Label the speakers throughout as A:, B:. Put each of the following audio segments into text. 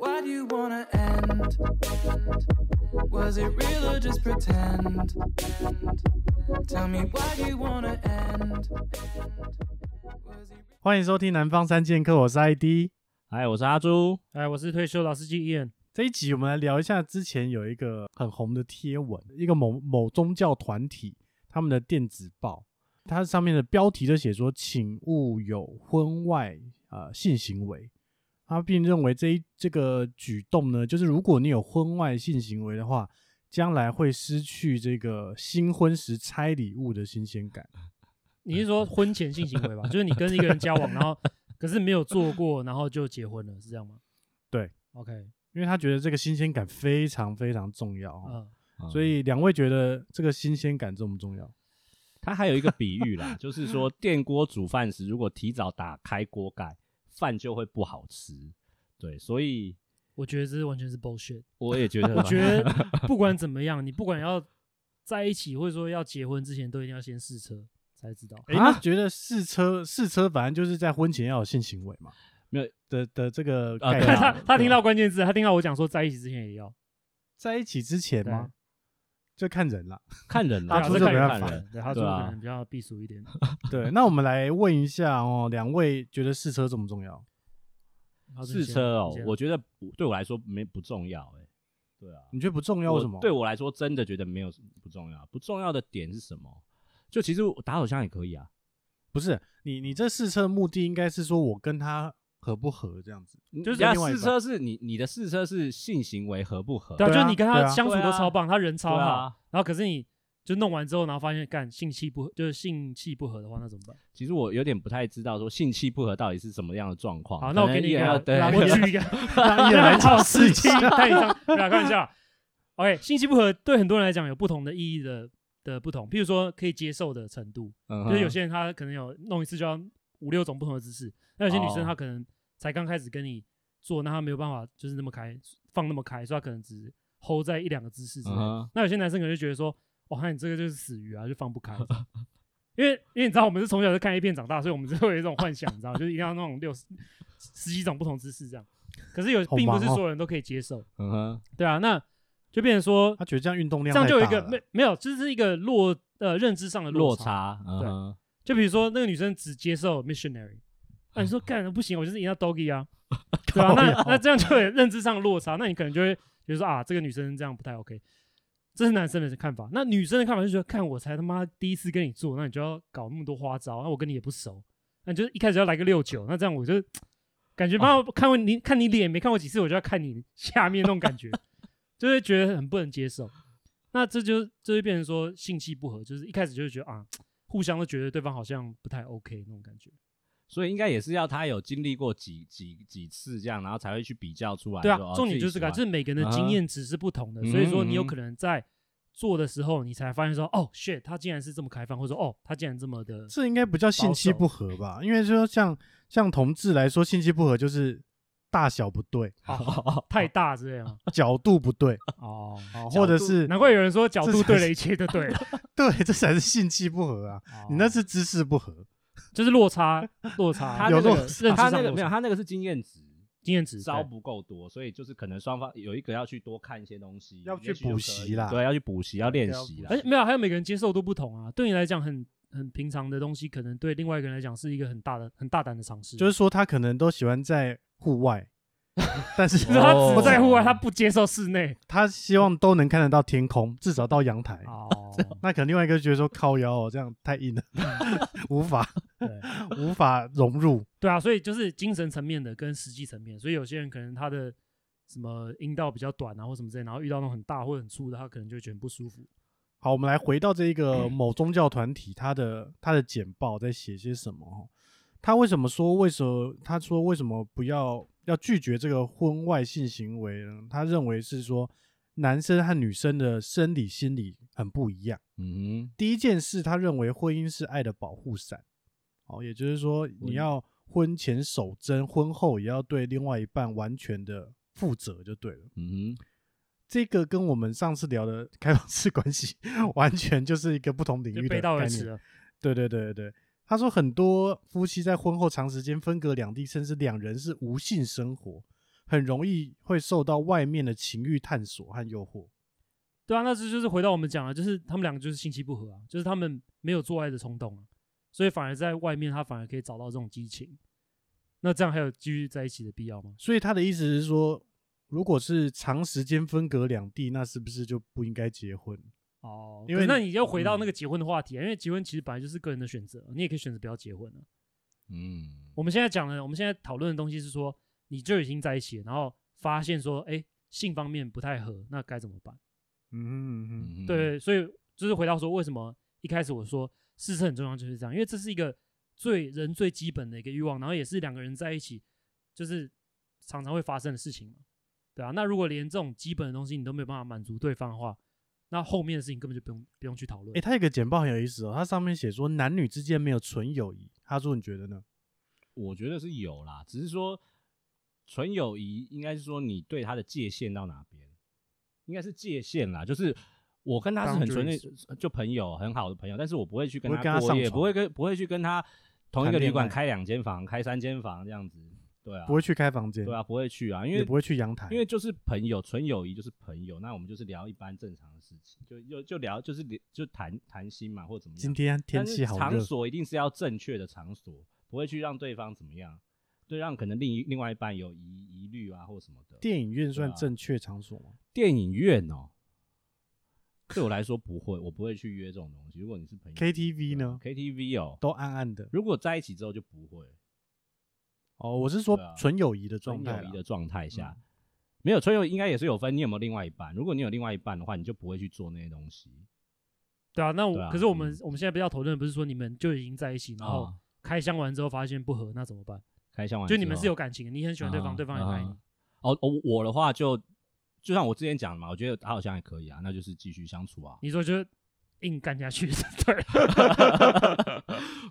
A: how'd you wanna end? Was it real or just pretend? Tell me why do you wanna end? Was it
B: 欢迎收听《南方三剑客》，我是 ID。
C: 嗨，我是阿朱。
D: 哎，我是退休老司机 Ian。
B: 这一集我们来聊一下之前有一个很红的贴文，一个某某宗教团体他们的电子报，它上面的标题就写说“请勿有婚外呃性行为”，他并认为这一这个举动呢，就是如果你有婚外性行为的话，将来会失去这个新婚时拆礼物的新鲜感。
D: 你是说婚前性行为吧？就是你跟一个人交往， 然后可是没有做过，然后就结婚了，是这样吗？
B: 对
D: ，OK，
B: 因为他觉得这个新鲜感非常非常重要哦、
D: 嗯，
B: 所以两位觉得这个新鲜感重不重要？
C: 他还有一个比 喻啦，就是说电锅煮饭时，如果提早打开锅盖，饭就会不好吃。对，所以
D: 我觉得这完全是 bullshit。
C: 我也觉得，
D: 我觉 得不管怎么样，你不管要在一起，或者说要结婚之前，都一定要先试车才知道。
B: 哎、那觉得试车试车，反正就是在婚前要有性行为嘛？
C: 没有
B: 的的这个
C: 啊
B: 概
C: 对
B: 念、
D: 看
C: 啊
D: 他，他听到关键字，他听到我讲说在一起之前也要。
B: 在一起之前
D: 对啊
B: 吗？就看人啦。
C: 看人
D: 对
C: 啦，
D: 啊
B: 阿朱
C: 这
B: 就
D: 这看
B: 没
D: 人
B: 办法
D: 看人对，他说
C: 对啊
D: 可能比较避俗一 点。
B: 对，那我们来问一下哦，两位觉得试车重不重要？
D: 好
C: 试车哦
D: 你先，
C: 我觉得不对我来说没不重要哎、对啊，
B: 你觉得不重要？
C: 我
B: 为什么？
C: 对我来说真的觉得没有不重要，不重要的点是什么？就其实我打手枪也可以啊，
B: 不是你，你这试车的目的应该是说我跟他合不合这 样子。
C: 就是
B: 另外一
C: 试
B: 半
C: 车是你你的试车是性行为合不合？
D: 对啊，
B: 对啊
D: 就是你跟
B: 对啊
D: 他相处
C: 对
D: 都
C: 啊
D: 超棒，他人超
C: 对
D: 好，
C: 啊。
D: 然后可是你就弄完之后，然后发现干性气不合，就是性气不合的话，那怎么办？
C: 其实我有点不太知道说性气不合到底是什么样的状况。
D: 好，那我给你一
C: 可能也要
D: 个，
C: 对，
D: 我举 一个，
B: 那一人来讲试一 下
D: 太张，没有开玩笑。OK，信息不合对很多人来讲有不同的意义的的不同，譬如说可以接受的程度，
C: 嗯哼
D: 就是有些人他可能有弄一次就要五六种不同的姿势，那有些女生
C: 哦
D: 她可能才刚开始跟你做，那她没有办法就是那么开放那么开，所以她可能只 hold 在一两个姿势之内
C: 嗯。哼
D: 那有些男生可能就觉得说，哇，那你这个就是死鱼啊，就放不开。因为因为你知道，我们是从小就看 A 片长大，所以我们就会有一种幻想，你知道吗，就是一定要那种六十十几种不同姿势这样。可是有，
B: 好
D: 并不
B: 忙
D: 是
B: 哦
D: 所有人都可以接受，
C: 嗯哼，
D: 对啊，那就变成说，
B: 他觉得这样运动
D: 这
B: 量
D: 样就有一
B: 太大
D: 个
B: 了
D: 没没有，这是一个落呃认知上的
C: 落
D: 差。
C: 差，嗯
D: 对
C: 哼
D: 就比如说那个女生只接受 missionary，那你啊说干不行，我就是一定要 doggy 啊，对啊，那那这样就有认知上的落差，那你可能就会觉得说啊，这个女生这样不太 OK，这是男生的看法。那女生的看法就觉得，看我才他妈第一次跟你做，那你就要搞那么多花招，那我跟你也不熟，那你就一开始要来个六九，那这样我就感觉妈我看过你看你脸没看过几次，我就要看你下面那种感觉，就会觉得很不能接受。那这就这就变成说性气不合，就是一开始就会觉得啊，互相都觉得对方好像不太 OK 那种感觉。
C: 所以应该也是要他有经历过几几几次这样，然后才会去比较出来。
D: 对啊
C: 说，哦
D: 重点
C: 自己
D: 就是这个啊，
C: 喜欢
D: 就是每个人的经验值是不同的，
C: 嗯哼
D: 所以说你有可能
C: 嗯
D: 在做的时候，你才发现说，哦，shit，他竟然是这么开放，或者说，哦，他竟然这么的，
B: 这应该不叫性
D: 保
B: 气
D: 守
B: 不合吧？因为说像像同志来说，性气不合就是大小不 对，
D: 哦、太大之类嘛。
B: 角度不对，
D: 哦，
B: 哦或者是
D: 难怪有人说角
B: 这
D: 度
B: 才
D: 对了一切就对了，
B: 对，这才是性气不合啊！
D: 哦
B: 你那是知识不合，
D: 就是落差，落差，
C: 他
B: 有
D: 那
B: 这
D: 个
B: 种
D: 认知上的
C: 他那个
D: 落
C: 没有，
D: 差
C: 他那个是经验值。
D: 经验值对
C: 招不够多，所以就是可能双方有一个要去多看一些东西，
B: 要去
C: 也许就可以
B: 补习啦
C: 对，要去补习，要练习啦
D: 而。且没有，还有每个人接受度不同啊。对你来讲很很平常的东西，可能对另外一个人来讲是一个很大的、很大胆的尝试。
B: 就是说他可能都喜欢在户 外，但是
D: 就是 他只在户外，
C: 哦
D: 他不接受室内。
B: 他希望都能看得到天空，至少到阳台。
D: 哦，
B: 那可能另外一个觉得说靠腰哦，这样太硬 了，无法
D: 对
B: 无法融入。
D: 对啊，所以就是精神层面的跟实际层面。所以有些人可能他的什么阴道比较短啊，或什么之类，然后遇到那种很大或很粗的，他可能就会觉得很不舒服。
B: 好，我们来回到这一个某宗教团体，他的他的简报在写些什么？哦，他为什么说为什么他说为什么不要要拒绝这个婚外性行为呢？他认为是说男生和女生的生理心理很不一样。
C: 嗯哼，
B: 第一件事，他认为婚姻是爱的保护伞。哦，也就是说，你要婚前守贞，婚后也要对另外一半完全的负责就对了。
C: 嗯哼，
B: 这个跟我们上次聊的开放式关系完全就是一个不同领
D: 就
B: 域的
D: 背道
B: 概
D: 而驰
B: 念。
D: 了。
B: 对对对对对，他说很多夫妻在婚后长时间分隔两地，甚至两人是无性生活，很容易会受到外面的情欲探索和诱惑。
D: 对啊，那这就是回到我们讲了，就是他们两个就是性气不合啊，就是他们没有做爱的冲动啊，所以反而在外面他反而可以找到这种激情。那这样还有继续在一起的必要吗？
B: 所以他的意思是说，如果是长时间分隔两地，那是不是就不应该结婚？
D: 哦，
B: 因
D: 可
B: 为
D: 是
B: 嗯
D: 那
B: 你
D: 你要回到那个结婚的话题啊，因为结婚其实本来就是个人的选择，你也可以选择不要结婚啊。
C: 嗯，
D: 我们现在讲的，我们现在讨论的东西是说，你就已经在一起了，然后发现说，哎，性方面不太合，那该怎么办？
B: 嗯哼嗯哼，
C: 嗯
D: 对，所以就是回到说，为什么一开始我说试车很重要，就是这样，因为这是一个最人最基本的一个欲望，然后也是两个人在一起就是常常会发生的事情嘛，对啊。那如果连这种基本的东西你都没有办法满足对方的话，那后面的事情根本就不用不用去讨论。
B: 诶，他有一个简报很有意思哦，它上面写说男女之间没有纯友谊，他说你觉得呢？
C: 我觉得是有啦，只是说纯友谊应该是说你对他的界限到哪边，应该是界限啦，就是。我跟他是很纯粹，就朋友很好的朋友，但是我不会去跟
B: 不会跟他
C: 他过
B: 上
C: 夜，
B: 床
C: 不会跟不会去跟他同一个
B: 谈恋
C: 旅馆
B: 爱
C: 开两间房、开三间房这样子，对啊，
B: 不会去开房间，
C: 对啊，不会去啊，因
B: 也
C: 为
B: 不会去阳台，
C: 因为就是朋友，纯友谊就是朋友，那我们就是聊一般正常的事情，就就就聊就是聊就谈谈心嘛，或怎么样。
B: 今天天气好
C: 但是
B: 热
C: 场，所一定是要正确的场所，不会去让对方怎么样，对让可能另一另外一半有疑疑虑啊或什么的。
B: 电影院
C: 对
B: 算
C: 啊
B: 正确场所吗？
C: 电影院哦，对我来说不会，我不会去约这种东西。如果你是朋友
B: KTV
C: 对啊
B: 呢
C: ？KTV 哦，
B: 都暗暗的
C: 如果在一起之后就不会，
B: 哦，我是说
C: 对啊
B: 纯友谊的状
C: 纯
B: 态
C: 友
B: 啦嗯
C: 谊的状态下，没有纯友谊应该也是有分，你有没有另外一半？如果你有另外一半的话，你就不会去做那些东西。
D: 对啊，那我、
C: 对啊
D: 可是我们、
C: 嗯
D: 我们现在比较讨论，不是说你们就已经在一起，然后
C: 啊
D: 开箱完之后发现不合，那怎么办？
C: 开箱完
D: 就
C: 之
D: 你们
B: 哦
C: 后
D: 是有感情的，你很喜欢对
B: 嗯
D: 方，
C: 啊
D: 对方也爱你。
C: 啊哦哦，我的话就就像我之前讲的嘛，我觉得他好像也可以啊，那就是继续相处啊。
D: 你说就是硬干下去， 对，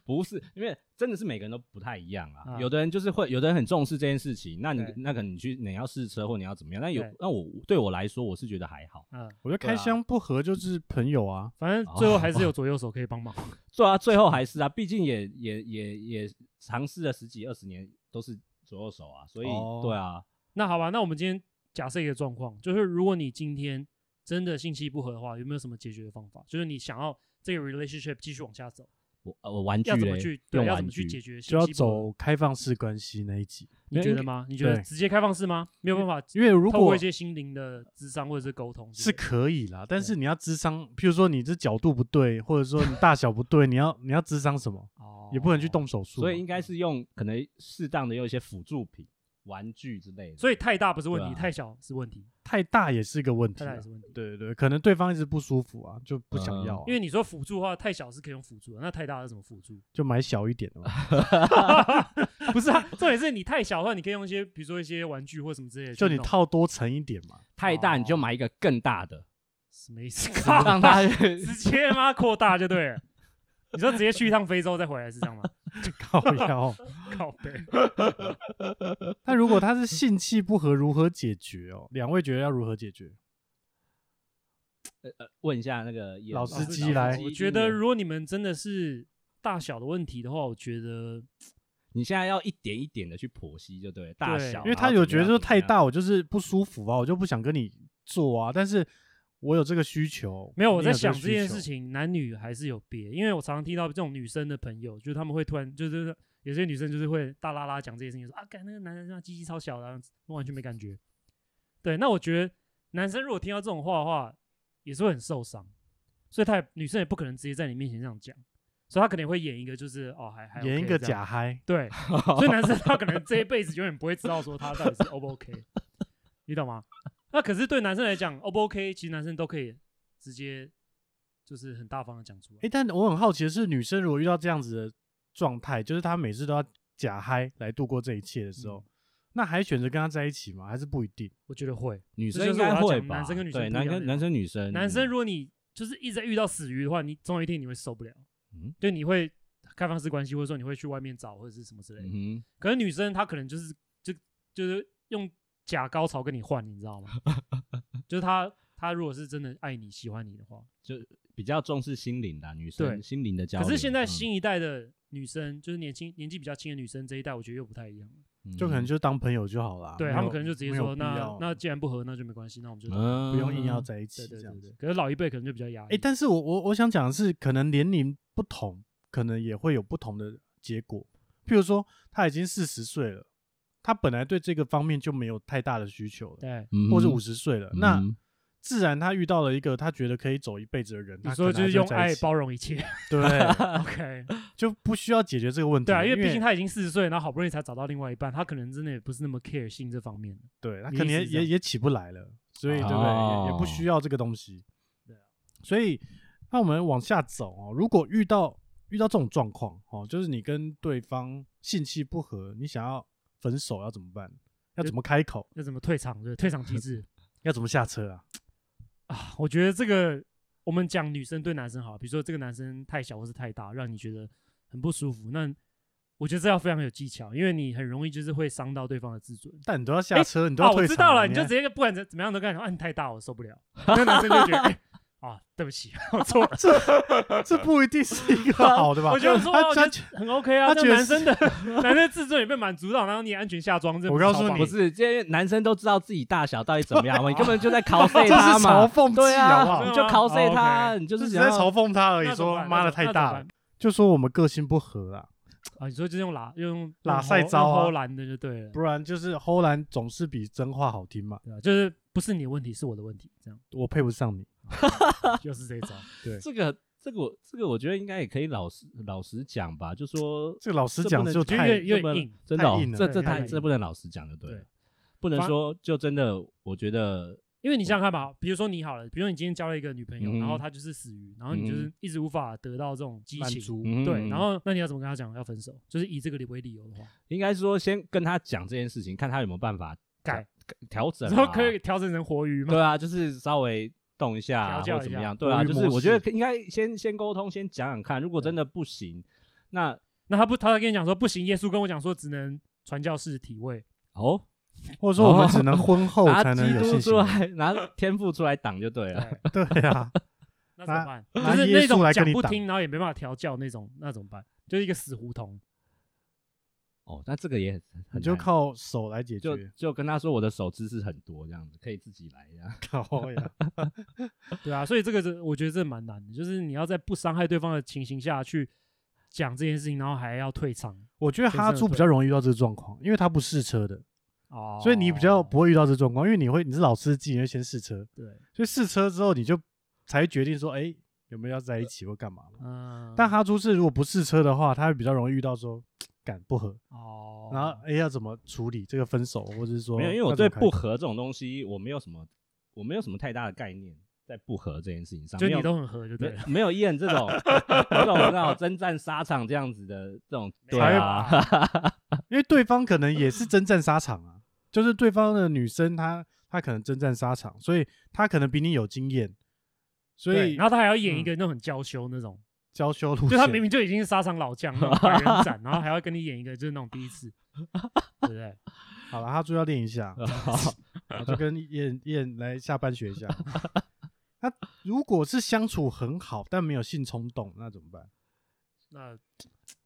C: 不是，因为真的是每个人都不太一样啊。
D: 啊
C: 有的人就是会，有的人很重视这件事情，那你
D: 对
C: 那可能你去你要试车或你要怎么样，那有
D: 对
C: 那我对我来说我是觉得还好。
D: 嗯，
B: 我觉得
C: 对啊
B: 开箱不合就是朋友啊，
D: 反正最后还是有左右手可以帮忙。
C: 对啊，最后还是啊，毕竟也也也也尝试了十几二十年都是左右手啊，所以、
B: 哦
C: 对啊，
D: 那好吧，那我们今天假设一个状况，就是如果你今天真的信息不合的话，有没有什么解决的方法？就是你想要这个 relationship 继续往下走，
C: 我呃我玩具
D: 要怎么
C: 嘞
D: 去对，
C: 用
D: 要怎
C: 玩
D: 么去
C: 具
D: 解决
B: 就
D: 信
B: 要
D: 息不合？
B: 走开放式关系那一集，
D: 你觉得吗？你觉得
B: 对
D: 直接开放式吗？没有办法，
B: 因为如
D: 透过
B: 果
D: 一些心灵的智商或者是沟通之
B: 是
D: 类的，
B: 可以啦，但是你要智商，譬如说你这角度不对，或者说你大小不对，你要你要智商什么，
D: 哦
B: 也不能去。动手术嘛，
C: 所以应该是用可能适当的用一些辅助品、玩具之类的。
D: 所以太大不是问题，
C: 对啊
D: 太小是问题，
B: 太大也是一个问题
D: 太
B: 啊
D: 大也。是问题。
B: 对对对，可能对方一直不舒服啊，就不想要啊，
D: 因为你说辅助的话，太小是可以用辅助的，那太大是什么辅助？
B: 就买小一点的嘛。
D: 啊 不是啊，重点是你太小的话，你可以用一些，比如说一些玩具或什么之类的去
B: 就
D: 弄。
B: 你套多层一点嘛。
C: 太大你就买一个更大 的，
D: 什么意 思？
C: 让他
D: 直接妈扩大就对了。你说直接去一趟非洲再回来是这样吗？
B: 靠腰。
D: 靠背。
B: 那如果他是性气不合，如何解决哦？两位觉得要如何解决？
C: 问一下那个叶
B: 老司机
C: 老
B: 来
C: 司
D: 我
C: 机
D: 觉得如果你们真的是大小的问题的话，我觉得
C: 你现在要一点一点的去剖析，就对了大
D: 对
C: 小，
B: 因为他
C: 然后
B: 有
C: 怎
B: 觉
C: 么
B: 得
C: 样
B: 说太，
C: 怎么样
B: 大，我就是不舒服啊，我就不想跟你做啊。但是我有这个需求，
D: 没有。我
B: 你
D: 在
B: 这
D: 想
B: 个
D: 这
B: 需
D: 件
B: 求
D: 事，情，男女还是有别，因为我常常听到这种女生的朋友，就是他们会突然就是有些女生就是会大拉拉讲这些事情，说啊，干那个男生他鸡鸡超小的啊、我完全没感觉。对，那我觉得男生如果听到这种话的话，也是会很受伤，所以他也女生也不可能直接在你面前这样讲，所以他可能会演一个就是哦还还 OK
B: 演一个
D: 这样
B: 假嗨，
D: 对，所以男生他可能这一辈子永远不会知道说他到底是 O 不 OK，你懂吗？那可是对男生来讲，O 不 OK，其实男生都可以直接就是很大方的讲出来。
B: 诶，但我很好奇的是，女生如果遇到这样子的状态，就是她每次都要假嗨来度过这一切的时候，
D: 嗯
B: 那还选择跟她在一起吗？还是不一定？
D: 我觉得会，
C: 女
D: 这
C: 生
D: 就
C: 应
D: 是我
C: 该
D: 要
C: 会
D: 讲
C: 吧？
D: 男生跟女生
C: 对，
D: 不一样
C: 男
D: 的地
C: 生男生女生，
D: 男生
C: 嗯
D: 如果你就是一直在遇到死鱼的话，你总有一天你会受不了，
C: 嗯
D: 就你会开放式关系，或者说你会去外面找或者是什么之类的。
C: 嗯
D: 可是女生她可能就是就就是用假高潮跟你换，你知 道吗？就是她她如果是真的爱你喜欢你的话，
C: 哼，比较重视心灵的啊女生
D: 对
C: 心灵的交
D: 可
C: 流。
D: 是现在
C: 嗯
D: 新一代的女生，就是年轻年纪比较轻的女生这一代，我觉得又不太一样了。
B: 就可能
C: 嗯
B: 就当朋友就好啦。
D: 对
B: 啊没
D: 他们
B: 有
D: 可能就直接
B: 没有
D: 说，
B: 必
D: 那
B: 要
D: 那既然不合，那就没关系，那我们就
C: 嗯
B: 不用硬要
D: 嗯
B: 在一
D: 对
B: 起
D: 对
B: 这
D: 对
B: 样
D: 对
B: 子。。
D: 可是老一辈可能就比较压抑。
B: 哎，但是我我我想讲的是，可能年龄不同，可能也会有不同的结果。譬如说，他已经四十岁了，他本来对这个方面就没有太大的需求了，
D: 对，
C: 嗯
B: 或
C: 哼
B: 者五十岁了，那
C: 嗯
B: 自然他遇到了一个他觉得可以走一辈子的人，
D: 你
B: 他
D: 说
B: 可能还
D: 就是
B: 是
D: 用
B: 会在一
D: 爱
B: 起
D: 包容 一切
B: 对，
D: ，OK？
B: 就不需要解决这个问题
D: 对啊，
B: 了，
D: 因为
B: 因
D: 毕竟他已经四十岁，然后好不容易才找到另外一半，他可能真的也不是那么 care 性这方面的。
B: 对他
D: 你
B: 可能
D: 意思
B: 也
D: 是这样
B: 也也起不来了，所以对不对？也也不
C: 哦
B: 需要这个东西。
D: 啊
B: 所以那我们往下走哦，如果遇到遇到这种状况哦，就是你跟对方性气不合，你想要分手要怎么办？要
D: 就
B: 怎么开口？
D: 那怎么退场？对，退场机制
B: 要怎么下车啊？
D: 啊，我觉得这个我们讲女生对男生好，比如说这个男生太小或是太大，让你觉得很不舒服，那我觉得这要非常有技巧，因为你很容易就是会伤到对方的自尊。
B: 但你都要下
D: 诶
B: 车，你都
D: 啊，
B: 要
D: 我
B: 退
D: 知
B: 场
D: 道了，你就
B: 还
D: 直接不管怎怎么样都跟他讲，啊，你太大，我受不了。那男生就觉得，哎啊，对不起，我错了。
B: 这不一定是一个好的吧？
D: 我觉得说
B: 他
D: 啊我
B: 他
D: 觉得很 OK 啊，
B: 他
D: 这
B: 觉得
D: 样男生的男生的自尊也被满足到，然后你安全下装，这
B: 我
D: 不是
B: 告诉
D: 超棒
B: 你
C: 不
D: 吗
C: 是，这些男生都知道自己大小到底怎么样嘛，你根本 就在 cos
B: 这
C: 他
B: 是嘲
C: 嘛，
B: 讽
C: 对啊
B: 气好不好
D: 真的？
C: 你就
D: 吗
C: cos
D: 哦
C: 他，
D: ，OK
C: 你就
B: 就是只
C: 想
B: 在
C: 要
B: 嘲讽他而已，
D: 那怎么
B: 说
D: 办
B: 妈的
D: 那怎
B: 太
D: 么
B: 大
D: 那
B: 了
D: 怎么，
B: 就说我们个性不合啊，
D: 啊，你说就用拉用
B: 拉
D: 用
B: 塞
D: 吼
B: 招
D: 用
B: 啊
D: 吼拦的就对了，
B: 不然就是齁兰总是比真话好听嘛，
D: 对啊，就是不是你的问题，是我的问题， 这样
B: 我配不上你。
D: 又是这一招。
C: 这个这个我这个我觉得应该也可以老实老实讲吧，就说
B: 这个老实
C: 这不
B: 讲
C: 能
B: 就
C: 这
B: 太
D: 因为因为
C: 不能
D: 硬
C: 真的哦
B: 太硬了
C: 这
D: 对
C: 这
D: 太
C: 太
D: 硬
C: 这不能老实讲就对了
D: 对，
C: 不能
D: 反
C: 说就真的，我觉得
D: 因为你想想看吧，比如说你好了，比如说你今天交了一个女朋友，
C: 嗯
D: 然后她就是死鱼，然后你就
C: 嗯
D: 是一直无法得到这种激
B: 满
D: 情，
B: 足。
C: 嗯
D: 对，然后那你要怎么跟她讲要分手？就是以这个理为理由的话，
C: 应该说先跟他讲这件事情，看他有没有办法
D: 改
C: 调整 啊，
D: 然后可以调整成活鱼嘛？
C: 对啊，就是稍微动一下、啊、
D: 调教
C: 或
D: 一
C: 怎么
D: 下
C: 样，对啊，
B: 国语
C: 就是
B: 模
C: 我觉
B: 式
C: 得应该先先沟通，先讲讲看，如果真的不行，那
D: 那他不，他跟你讲说不行，耶稣跟我讲说只能传教士体位，
C: 哦，
B: 或者说我们只能婚后才
C: 拿
B: 能
C: 基
B: 有
C: 督
B: 信心
C: 出。
D: 哦
C: 来， 拿天赋出来挡就对了。
D: 对
B: 对啊，
D: 那怎么办？
B: 拿
D: 就是
B: 耶
D: 那
B: 稣来
D: 种
B: 跟
D: 讲
B: 你
D: 不
B: 挡
D: 听，然后也没办法调教那种，那怎么办？就是一个死胡同。
C: 哦，那这个也很
B: 你
C: 很
B: 就
C: 难
B: 靠手来解
C: 就
B: 决。
C: 就跟他说我的手姿势很多这样子，可以自己来这 样。
B: 靠呀，
D: 对啊，所以这个是我觉得这蛮难的，就是你要在不伤害对方的情形下去讲这件事情，然后还要退场
B: 我觉得哈猪比较容易遇到这个状况，因为他不试车的，
D: 哦
B: 所以你比较不会遇到这个状况，因为你会你是老司机，你会先试车，
D: 对，
B: 所以试车之后你就才决定说，哎，有没有要在一起或干嘛嘛。
D: 嗯，
B: 但哈猪是如果不试车的话，他会比较容易遇到说感不合，
D: 哦，
B: 然后哎要怎么处理这个分手，或者是说
C: 没有，因为
B: 要
C: 我
B: 怎么
C: 对
B: 开
C: 不
B: 口
C: 合这种东西，我没有什么，我没有什么太大的概念在不合这件事情上。
D: 就
C: 没有
D: 你都很合，就对
C: 没
D: 了。
C: 没有伊人 这种这种那种征战沙场这样子的这种，对
B: 才
C: 啊，
B: 因为对方可能也是征战沙场啊，就是对方的女生她她可能征战沙场，所以她可能比你有经验，所
D: 对，
B: 以
D: 然后他还要演
C: 嗯
D: 一个那种很娇羞那种，
B: 娇羞路
D: 就
B: 线。
D: 他明明就已经是沙场老将， 那种百人斩，然后还要跟你演一个就是那种第一次，对不对？
B: 好了，她就要练一下，
C: 哦 好
B: 我就跟燕燕来下班学一下。那如果是相处很好，但没有性冲动，那怎么办？
D: 那，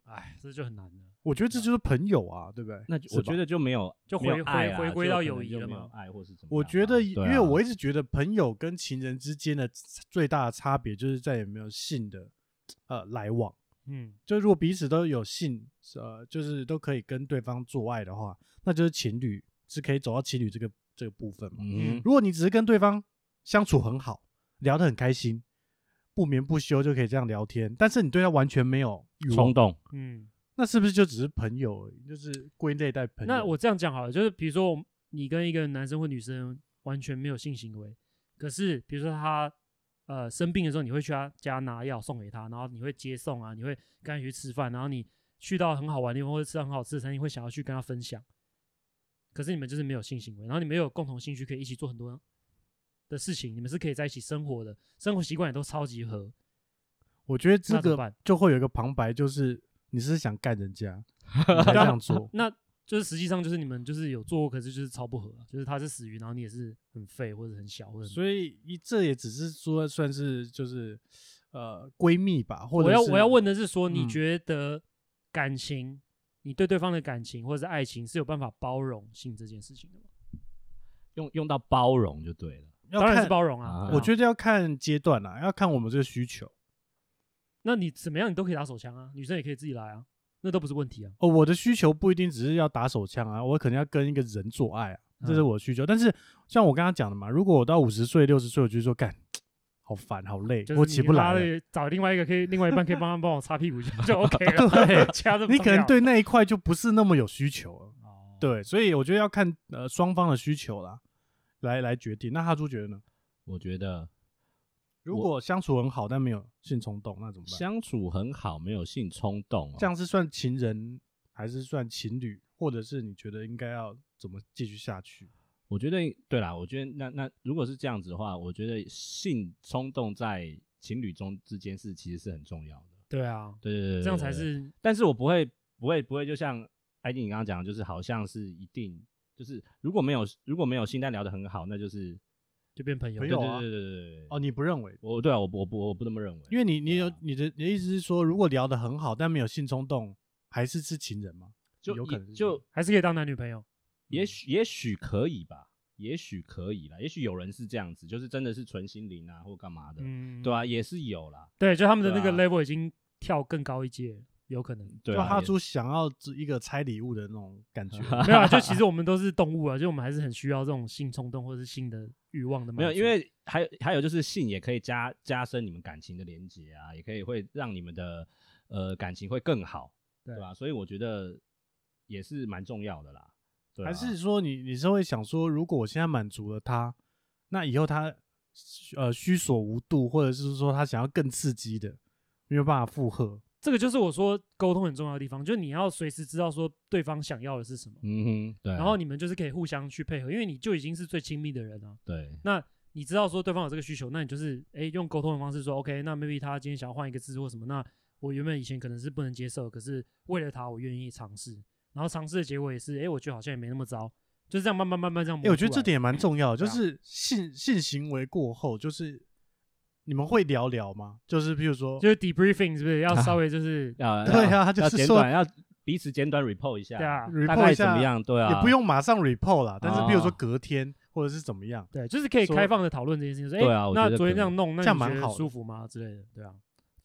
D: 哎，这就很难了。
B: 我觉得这就是朋友啊，对不对？
C: 那
B: 是
C: 就我
B: 吧
C: 觉得就没有
D: 就
C: 没有
D: 回回
C: 爱啊
D: 回归
C: 就
D: 到
C: 可
D: 友
C: 能
D: 谊
C: 就
D: 了
C: 没
D: 嘛
C: 有爱或是怎么样啊？
B: 我觉得，因
C: 对啊
B: 为我一直觉得朋友跟情人之间的最大的差别就是在有没有性的呃来往。
D: 嗯，
B: 就如果彼此都有性，呃，就是都可以跟对方做爱的话，那就是情侣是可以走到情侣这个这个部分嘛。
C: 嗯
B: 如果你只是跟对方相处很好，聊得很开心，不眠不休就可以这样聊天，但是你对他完全没有欲望
C: 冲，动，
D: 嗯，
B: 那是不是就只是朋友而已？就是归类在朋友。
D: 那我这样讲好了，就是比如说我们你跟一个男生或女生完全没有性行为，可是比如说他呃生病的时候，你会去他家拿药送给他，然后你会接送啊，你会跟他一起去吃饭，然后你去到很好玩的地方或者吃到很好吃的餐厅，会想要去跟他分享。可是你们就是没有性行为，然后你们又有共同兴趣，可以一起做很多的事情，你们是可以在一起生活的，生活习惯也都超级合。
B: 我觉得这
D: 那怎么
B: 个
D: 办
B: 就会有一个旁白，就是你是想干人家，你才这样 做。
D: 那就是实际上就是你们就是有做过，可是就是超不合啊、就是他是死鱼，然后你也是很废或者很小或者很
B: 所以一这也只是说算是就是呃闺蜜吧，或者
D: 我要
B: 是
D: 我要问的是说，你
B: 嗯
D: 觉得感情你对对方的感情或者是爱情是有办法包容性这件事情的吗？
C: 用用到包容就对了。
B: 要
D: 当然
B: 看
D: 是包容啊。
C: 啊
D: 对
B: 我
D: 啊
B: 觉得要看阶段啦，要看我们这个需求。
D: 那你怎么样，你都可以打手枪啊，女生也可以自己来啊，那都不是问题啊。
B: 哦，我的需求不一定只是要打手枪啊，我可能要跟一个人做爱啊，这是
C: 嗯
B: 我的需求。但是像我刚刚讲的嘛，如果我到五十岁、六十岁，我就说干，好烦，好累，
D: 就是
B: 我
D: 你
B: 起不
D: 拉
B: 来了。
D: 了找另外一个可以，另外一半可以帮他帮我擦屁股就 就 OK 了。，
B: 对
D: 掐着
B: 你可能对那一块就不是那么有需求了。
C: 哦，
B: 对，所以我觉得要看呃双方的需求啦，来来决定。那哈猪觉得呢？
C: 我觉得
B: 如
C: 我
B: 果相处很好但没有性冲动，那怎么办？
C: 相处很好，没有性冲动、哦，
B: 这样是算情人还是算情侣，或者是你觉得应该要怎么继续下去？
C: 我觉得对啦，我觉得那那如果是这样子的话，我觉得性冲动在情侣中之间是其实是很重要的。
D: 对啊，
C: 对对对对
D: 这样才。
C: 对对
D: 是
C: 但是我不会不会不会，就像艾迪你刚刚讲的，就是好像是一定就是如果没有如果没有性，但聊得很好，那就是
D: 就变朋友
B: 朋
C: 对
B: 友
C: 对
B: 啊
C: 对对对对对。
B: 哦，你不认为？
C: 我对啊，我不我不我不那么认为，
B: 因为你你
C: 对
B: 有
C: 啊
B: 你的你的意思是说，如果聊得很好但没有性冲动，还是是情人吗？
C: 就
B: 有
C: 一
B: 可能是嗯
C: 就
D: 还是可以当男女朋友。
C: 也许也许可以吧，也许可以啦，也许有人是这样子，就是真的是纯心灵啊或干嘛的，
D: 嗯，
C: 对啊，也是有啦，
D: 对，就他们的那个
B: 啊
C: 对
D: level 已经跳更高一阶，有可能。
C: 对
B: 就
C: 啊，
B: 哈
C: 也
B: 猪想要只一个拆礼物的那种感 觉。
D: 没有啊，就其实我们都是动物啊，就我们还是很需要这种性冲动或者是性的欲望的满
C: 没有，
D: 足
C: 因为还有还有就是性也可以加加深你们感情的连接啊，也可以会让你们的呃感情会更好，对
D: 对
C: 吧？所以我觉得也是蛮重要的啦。对啊、
B: 还是说你你是会想说，如果我现在满足了他，那以后他呃虚所无度，或者是说他想要更刺激的，没有办法负荷。
D: 这个就是我说沟通很重要的地方，就是你要随时知道说对方想要的是什么，
C: 嗯哼，对啊，
D: 然后你们就是可以互相去配合，因为你就已经是最亲密的人啊。
C: 对
D: 那你知道说对方有这个需求，那你就是诶用沟通的方式说，OK，那 maybe 他今天想要换一个字或什么，那我原本以前可能是不能接受，可是为了他我愿意尝试，然后尝试的结果也是，诶，我觉得好像也没那么糟，就是这样慢慢慢慢这
B: 哎、
D: 样磨出来。
B: 我觉得这点也蛮重要的，就
D: 对啊
B: 是性性行为过后，就是你们会聊聊吗？就是譬如说，
D: 就是 debriefing 是不是
C: 啊
D: 要稍微就是、
C: 要
B: 对
C: 要
B: 啊就是
C: 要简
B: 说
C: 短，要彼此简短 report 一下，
D: 对啊
B: report
C: 大概
B: 一下
C: 怎么样？对啊，
B: 也不用马上 report 啦，但是譬如说
C: 哦
B: 隔天、或者是怎么样，
D: 对，就是可以
B: 说
D: 开放的讨论这件事情。说，哎、
C: 对啊我觉
D: 那
C: 得
D: 昨天
C: 可
D: 这
C: 以
D: 样弄，那
B: 这样
D: 你
B: 蛮
D: 觉得
B: 好的
D: 舒服吗？之类的，对啊。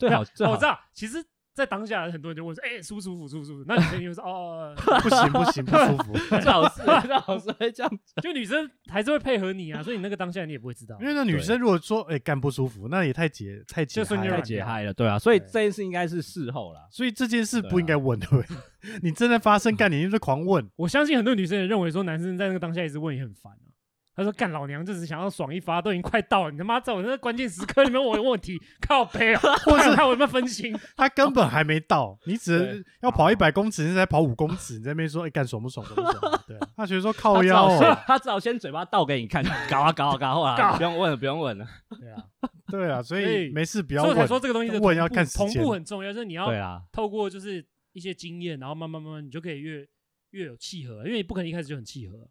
C: 最好
D: 对
C: 最
D: 啊哦
C: 好
D: 我知道，其实，在当下很多人就问说，哎、舒不舒服，舒不舒服？那女生就说，哦，
B: 不行不行，不舒服。
C: 最好是最好是会这样子。
D: 就女生还是会配合你啊，所以你那个当下你也不会知道
B: 因。为那女
C: 对
B: 生如果说哎干、不舒服，那也太解太解
D: 就瞬
B: 嗨
D: 间
B: 了
C: 太
D: 软
C: 解
D: 掉
C: 嗨了，对啊，所以
D: 对
C: 这件事应该是事后啦。
B: 所以这件事
C: 对
B: 不应该
C: 啊
B: 问对不对？ 你真的发生干，你就是狂问。
D: 我相信很多女生也认为说，男生在那个当下一直问也很烦啊。他说：“干老娘就只想要爽一发，都已经快到了，你他妈在我那关键时刻里面问我有问题， 靠背啊，或者看我有没有分心。
B: 他根本还没到，你只是要跑
D: 好
B: 一百公尺，你才跑五公尺，你在那边说哎干、爽不爽爽不爽？对， 他觉得说
C: 他
B: 靠
C: 只
B: 腰、
C: 好先
B: 哦，
C: 他只好先嘴巴倒给你看，搞啊搞啊搞啊，后来不用问了，不用问了。”
D: 对啊，
B: 对 啊，所
D: 所
B: 以
D: 以
B: 没 事不要
D: 所以我才
B: 问。
D: 说这个东西的
B: 问要
D: 同步
B: 看时
D: 同
B: 间
D: 步很重要，就是你要
C: 对啊，
D: 透过就是一些经验，然后慢慢慢慢，你就可以越越有契合，因为你不可能一开始就很契合。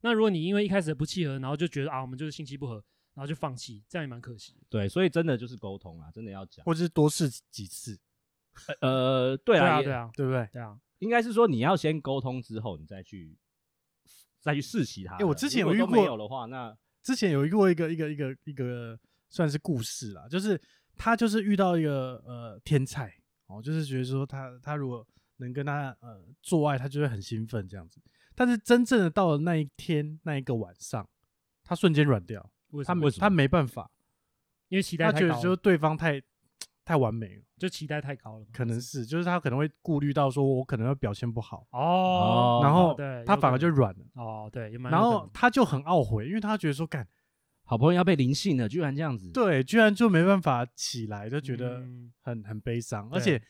D: 那如果你因为一开始不契合，然后就觉得啊，我们就是性气不合，然后就放弃，这样也蛮可惜的。
C: 对，所以真的就是沟通啊，真的要讲。
B: 或者是多试几次，
C: 呃，对啊，
D: 啊，
C: 也
D: 对啊，
B: 对不对？哎、
D: 对啊，
C: 应该是说你要先沟通之后，你再去再去试其他的。
B: 我之前有
C: 如
B: 遇
C: 果都没
B: 过
C: 有的话，那
B: 之前有遇过一个一个一个一个算是故事啦，就是他就是遇到一个呃天才哦，就是觉得说他他如果能跟他呃做爱，他就会很兴奋这样子。但是真正的到了那一天那一个晚上，他瞬间软掉，
D: 为什
B: 他
D: 么
B: 没他没办法，
D: 因为期待
B: 他
D: 太
B: 觉得
D: 高
B: 说
D: 了，
B: 对方太太完美了，
D: 就期待太高了嘛。
B: 可能是就是他可能会顾虑到说我可能会表现不好，
D: 哦，
B: 然后
D: 对
B: 他
D: 有
B: 反而
D: 可
B: 就
D: 能
B: 软了，
D: 哦，对，也蛮有
B: 然
D: 可能。
B: 后他就很懊悔，因为他觉得说干
C: 好不容易要被灵性了，居然这样子。
B: 对，居然就没办法起来，就觉得
D: 嗯
B: 很很悲伤，
C: 啊
D: 对
B: 而且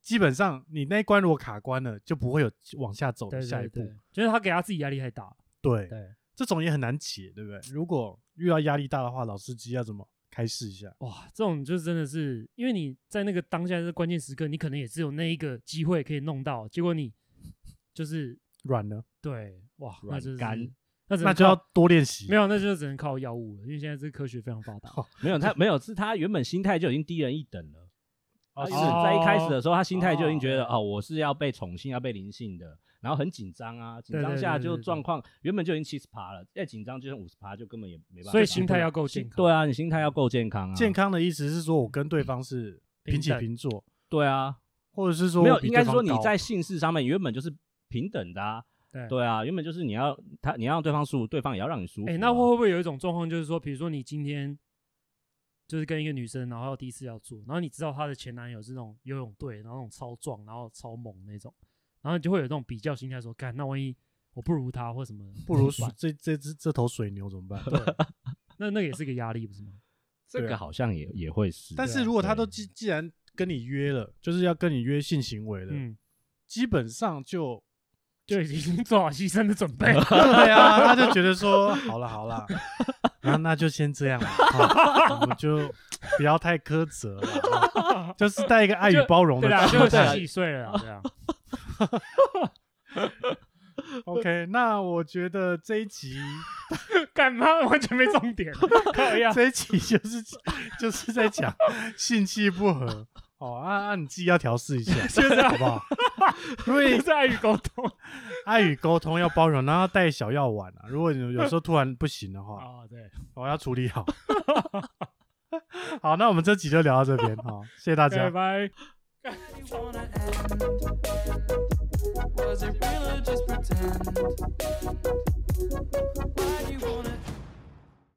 B: 基本上你那一关如果卡关了，就不会有往下走
D: 对
B: 的下
D: 对
B: 一步
D: 对，，就是他给他自己压力太大。
B: 对，
D: 对，
B: 这种也很难解，对不对？如果遇到压力大的话，老司机要怎么开示一下？
D: 哇，这种就真的是，因为你在那个当下的关键时刻，你可能也只有那一个机会可以弄到，结果你就是
B: 软呢，
D: 对，哇，那
C: 软
D: 就是
C: 干，
D: 那只能
B: 那就要
D: 靠
B: 多练习
D: 没。有，那就只能靠药物了，因为现在这个科学非常发达。
C: 啊没有他没有是他原本心态就已经低人一等了。他
B: 哦
C: 就是是在一开始的时候，他心态就已经觉得
B: 哦
C: 哦，我是要被宠幸，要被灵性的，然后很紧张啊，紧
D: 对对
C: 张
D: 对
C: 下
D: 对
C: 就
D: 对
C: 状况原本就已经七十趴了，再紧张就剩五十趴，就根本也没办法。
D: 所以心态要够
C: 心
D: 健康。
C: 对啊，你心态要够健康啊，
B: 健康的意思是说我跟对方是平起
D: 平等
B: 平坐，
C: 对啊，
B: 或者是说
C: 嗯没
B: 我
C: 有，
B: 比
C: 应该
B: 对
C: 是
B: 方
C: 说你
B: 高
C: 在姓氏上面原本就是平等的啊，
D: 对
C: 对啊，原本就是你要他你要让对方舒服，对方也要让你舒服啊。
D: 哎、那会不会有一种状况，就是说，比如说你今天就是跟一个女生，然后第一次要做，然后你知道她的前男友是那种游泳队，然后那种超壮，然后超猛那种，然后你就会有那种比较心态，说，干，那万一我不如他或什么的，
B: 不 如
D: 怎
B: 水
D: 么办
B: 这这只这头水牛怎么办？
D: 那那个也是个压力，不是吗？
C: 这
B: 对
C: 个
B: 啊
C: 好像也也会是，
B: 但
C: 对啊
B: 是如果他都
C: 对
B: 既既然跟你约了，就是要跟你约性行为了，
D: 嗯，
B: 基本上就
D: 就已经做好牺牲的准备了。
B: 对啊，他就觉得说好了好 了，那那就先这样吧，哈我们就不要太苛责了，哈就是带一个爱与包容的
D: 对啦，
B: 心
D: 就
B: 态。
D: 细碎了啦，对 啊，
B: OK，那我觉得这一集
D: 干嘛完全没重 点，靠呀！
B: 这一集就是就是在讲性气不合。哦，啊啊，你自己要调试一下，
D: 啊
B: 好不好？因为
D: 这是爱与沟通
B: 爱与沟通要包容，然后带小药丸啊。如果你有时候突然不行的话，
D: 啊，对，
B: 我哦要处理好。 好，那我们这集就聊到这边，好，谢谢大家
D: 拜。拜。
A: What